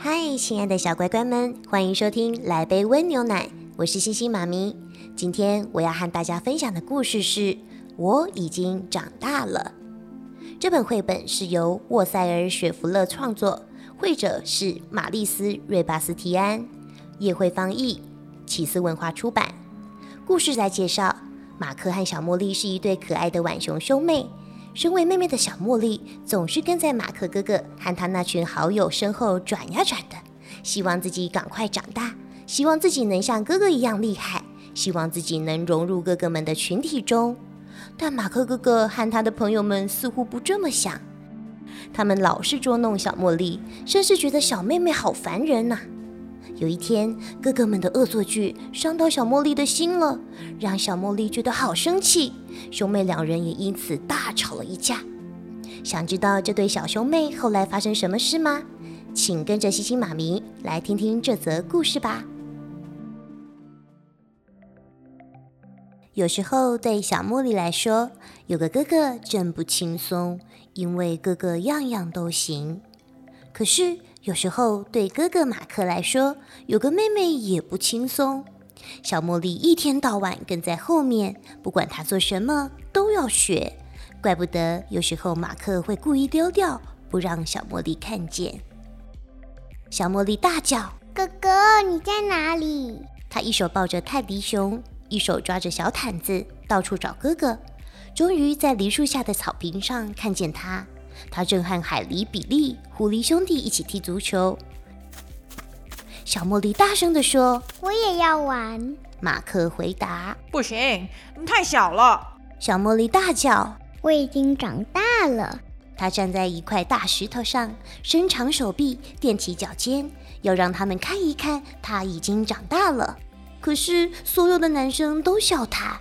嗨，亲爱的小乖乖们，欢迎收听《来杯温牛奶》，我是星星妈咪。今天我要和大家分享的故事是《我已经长大了》。这本绘本是由沃塞尔·雪弗勒创作，绘者是玛丽斯·瑞巴斯提安，叶惠芳译，起司文化出版。故事在介绍，马克和小茉莉是一对可爱的浣熊兄妹。身为妹妹的小茉莉总是跟在马克哥哥和他那群好友身后转呀转的，希望自己赶快长大，希望自己能像哥哥一样厉害，希望自己能融入哥哥们的群体中。但马克哥哥和他的朋友们似乎不这么想，他们老是捉弄小茉莉，甚至觉得小妹妹好烦人呐、啊有一天，哥哥们的恶作剧伤到小茉莉的心了，让小茉莉觉得好生气。兄妹两人也因此大吵了一架。想知道这对小兄妹后来发生什么事吗？请跟着西西妈咪来听听这则故事吧。有时候对小茉莉来说，有个哥哥真不轻松，因为哥哥样样都行。可是有时候对哥哥马克来说，有个妹妹也不轻松。小茉莉一天到晚跟在后面，不管她做什么都要学，怪不得有时候马克会故意丢掉，不让小茉莉看见。小茉莉大叫，哥哥，你在哪里？她一手抱着泰迪熊，一手抓着小毯子，到处找哥哥。终于在梨树下的草坪上看见他，他正和海狸、比利、狐狸兄弟一起踢足球。小茉莉大声地说我也要玩。：“马克回答。不行，你太小了。”小茉莉大叫，我已经长大了，他站在一块大石头上，伸长手臂，踮起脚尖，要让他们看一看他已经长大了。可是所有的男生都笑他，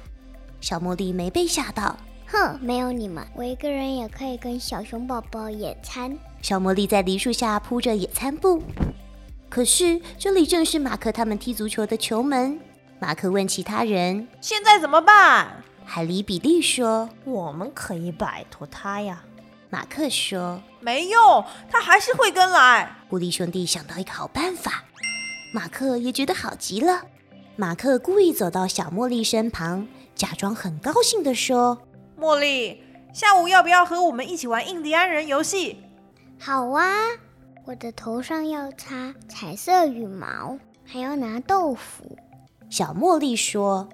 小茉莉没被吓到。哼，没有你们，我一个人也可以跟小熊宝宝野餐。小茉莉在梨树下铺着野餐布，可是这里正是马克他们踢足球的球门。马克问其他人，现在怎么办？海里比利说，我们可以摆脱他呀。马克说，没用，他还是会跟来。狐狸兄弟想到一个好办法，马克也觉得好极了。马克故意走到小茉莉身旁，假装很高兴地说茉莉，下午要不要和我们一起玩印第安人游戏？好啊，我的头上要插彩色羽毛，还要拿豆腐。：“小茉莉说，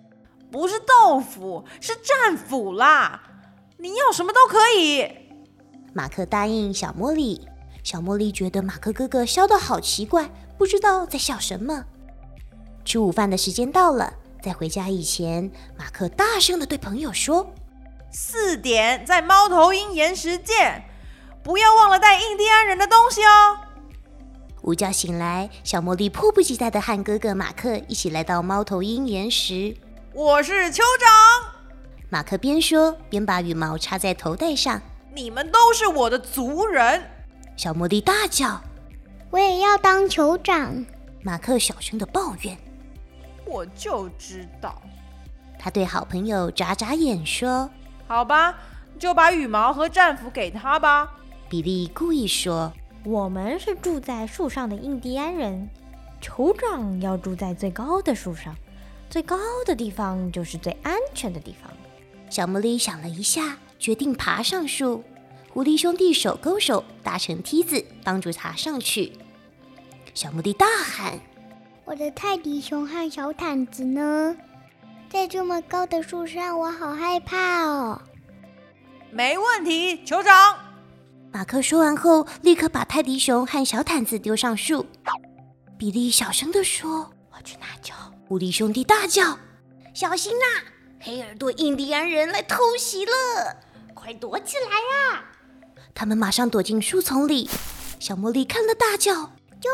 不是豆腐，是战斧啦！你要什么都可以。马克答应小茉莉。小茉莉觉得马克哥哥笑得好奇怪，不知道在笑什么。吃午饭的时间到了，在回家以前，马克大声地对朋友说四点在猫头鹰岩石见，不要忘了带印第安人的东西哦。：“午觉醒来，小茉莉迫不及待地和哥哥马克一起来到猫头鹰岩石。我是酋长，马克边说边把羽毛插在头带上。你们都是我的族人。小茉莉大叫，我也要当酋长。马克小声的抱怨。我就知道，他对好朋友眨眨眼说好吧，就把羽毛和战斧给他吧。：“比利故意说。我们是住在树上的印第安人，酋长要住在最高的树上，最高的地方就是最安全的地方。”小茉莉想了一下，决定爬上树。狐狸兄弟手勾手搭成梯子，帮助他上去。小茉莉大喊，我的泰迪熊和小毯子呢？在这么高的树上，我好害怕哦。没问题，酋长。马克说完后，立刻把泰迪熊和小毯子丢上树。比利小声地说：“我去拿球。”狐狸兄弟大叫：“小心啦、黑耳朵印第安人来偷袭了！快躲起来呀、啊他们马上躲进树丛里。小茉莉看了大叫，啊，救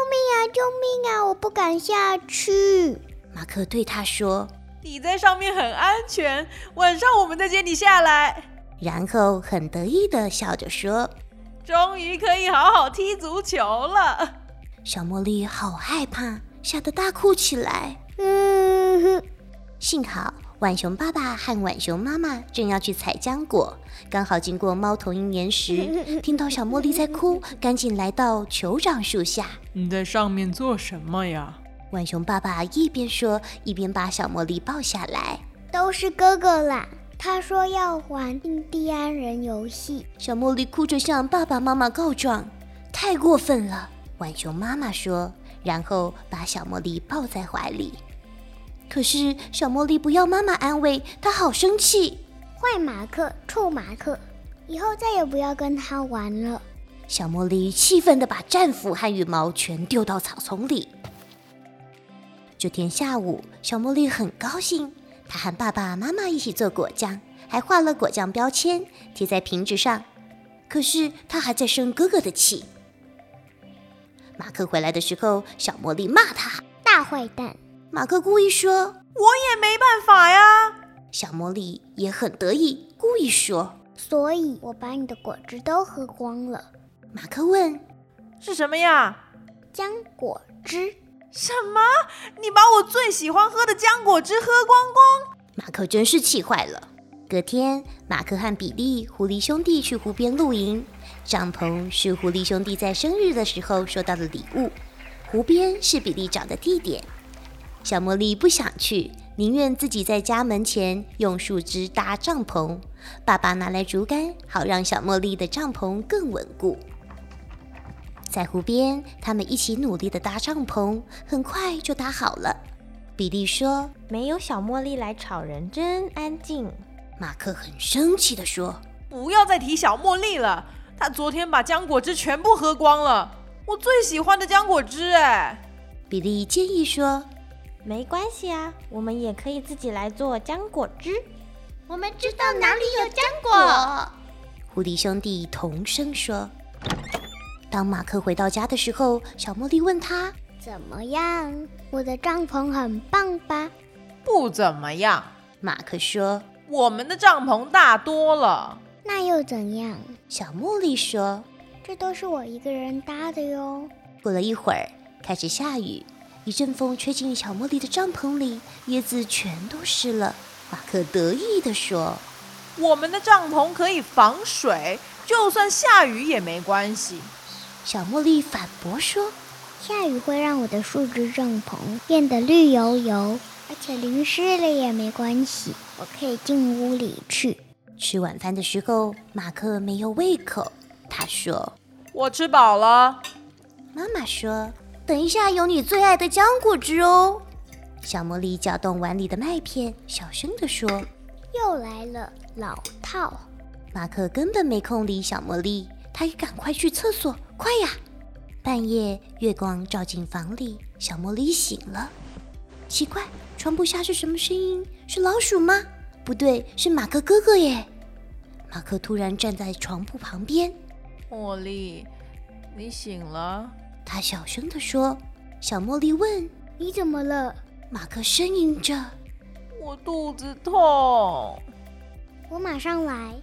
命啊！我不敢下去。马克对她说，你在上面很安全，晚上我们再接你下来。然后很得意的笑着说终于可以好好踢足球了。：“小茉莉好害怕，吓得大哭起来。”嗯哼，幸好浣熊爸爸和浣熊妈妈正要去采浆果，刚好经过猫头鹰岩石， 听到小茉莉在哭，赶紧来到酋长树下。你在上面做什么呀？浣熊爸爸一边说，一边把小茉莉抱下来。都是哥哥啦。他说要玩印第安人游戏，小茉莉哭着向爸爸妈妈告状，太过分了。浣熊妈妈说，然后把小茉莉抱在怀里。可是小茉莉不要妈妈安慰，她好生气。坏马克，臭马克，以后再也不要跟他玩了。小茉莉气愤地把战斧和羽毛全丢到草丛里。这天下午，小茉莉很高兴，她和爸爸妈妈一起做果酱，还画了果酱标签贴在瓶子上。可是她还在生哥哥的气。马克回来的时候，小茉莉骂他。大坏蛋，马克故意说，我也没办法呀。小茉莉也很得意，故意说。所以我把你的果汁都喝光了。马克问是什么呀？浆果汁，什么？你把我最喜欢喝的浆果汁喝光光？马克真是气坏了。隔天，马克和比利狐狸兄弟去湖边露营，帐篷是狐狸兄弟在生日的时候收到的礼物，湖边是比利找的地点。小茉莉不想去，宁愿自己在家门前用树枝搭帐篷。爸爸拿来竹竿，好让小茉莉的帐篷更稳固。在湖边，他们一起努力的搭帐篷，很快就搭好了。比利说：“没有小茉莉来吵人，真安静。马克很生气地说不要再提小茉莉了，她昨天把浆果汁全部喝光了，我最喜欢的浆果汁哎。：“比利建议说，没关系啊，我们也可以自己来做浆果汁。我们知道哪里有浆果。狐狸兄弟同声说。”当马克回到家的时候，小茉莉问他怎么样？我的帐篷很棒吧？不怎么样，：“马克说我们的帐篷大多了。那又怎样？？”小茉莉说这都是我一个人搭的哟。：“过了一会儿，开始下雨，一阵风吹进小茉莉的帐篷里，叶子全都湿了。”马克得意地说我们的帐篷可以防水，就算下雨也没关系。：“小茉莉反驳说，下雨会让我的树枝帐篷变得绿油油，而且淋湿了也没关系，我可以进屋里去。吃晚饭的时候，马克没有胃口。他说我吃饱了，：‘妈妈说，等一下有你最爱的浆果汁哦。’”小茉莉搅动碗里的麦片，小声地说又来了老套，：“马克根本没空理小茉莉，他也赶快去厕所，快呀！”半夜，月光照进房里，小茉莉醒了。奇怪，床铺下是什么声音？是老鼠吗？不对，是马克哥哥耶！马克突然站在床铺旁边，茉莉，你醒了？他小声地说：“小茉莉问你怎么了？马克，呻吟着。”我肚子痛。我马上来。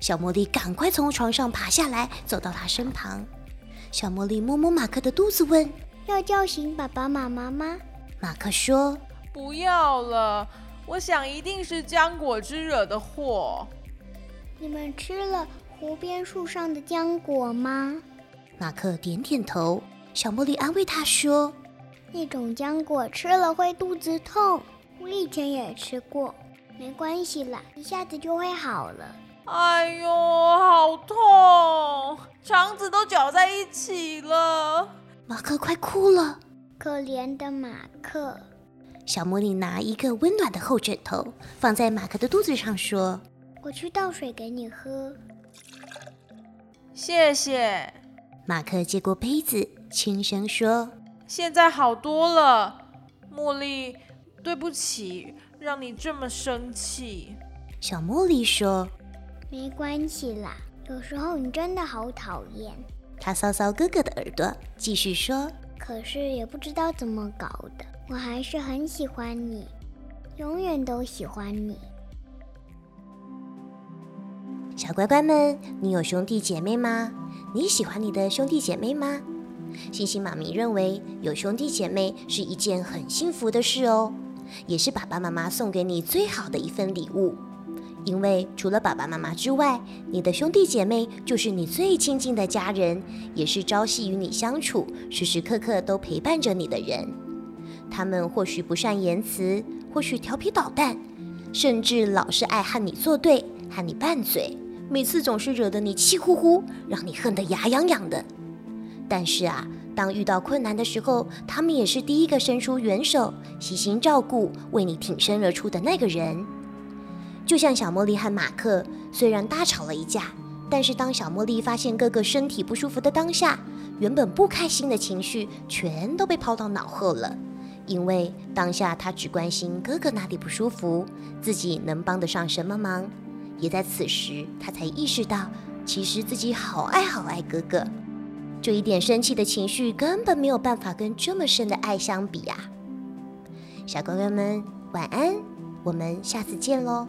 小茉莉赶快从床上爬下来，走到他身旁。小茉莉摸摸马克的肚子，问要叫醒爸爸妈妈吗？马克说不要了，我想一定是浆果汁惹的祸。你们吃了湖边树上的浆果吗？：“马克点点头。”小茉莉安慰他说那种浆果吃了会肚子痛，我以前也吃过，没关系啦，一下子就会好了。哎呦，好痛！肠子都绞在一起了。：“马克快哭了。可怜的马克，”小茉莉拿一个温暖的厚枕头放在马克的肚子上，说我去倒水给你喝。谢谢，：“马克接过杯子，轻声说现在好多了。茉莉，对不起，让你这么生气。：‘小茉莉说，没关系啦，有时候你真的好讨厌，他搔搔哥哥的耳朵，继续说可是也不知道怎么搞的，我还是很喜欢你，永远都喜欢你。：“小乖乖们，你有兄弟姐妹吗？你喜欢你的兄弟姐妹吗？”星星妈咪认为有兄弟姐妹是一件很幸福的事哦，也是爸爸妈妈送给你最好的一份礼物。因为除了爸爸妈妈之外，你的兄弟姐妹就是你最亲近的家人，也是朝夕与你相处、时时刻刻都陪伴着你的人。他们或许不善言辞，或许调皮捣蛋，甚至老是爱和你作对、和你拌嘴，每次总是惹得你气呼呼，让你恨得牙痒痒的。但是啊，当遇到困难的时候，他们也是第一个伸出援手，悉心照顾，为你挺身而出的那个人。就像小茉莉和马克，虽然大吵了一架，但是当小茉莉发现哥哥身体不舒服的当下，原本不开心的情绪全都被抛到脑后了。因为当下她只关心哥哥哪里不舒服，自己能帮得上什么忙。也在此时，她才意识到，其实自己好爱好爱哥哥，这一点生气的情绪根本没有办法跟这么深的爱相比啊！小乖乖们，晚安，我们下次见喽。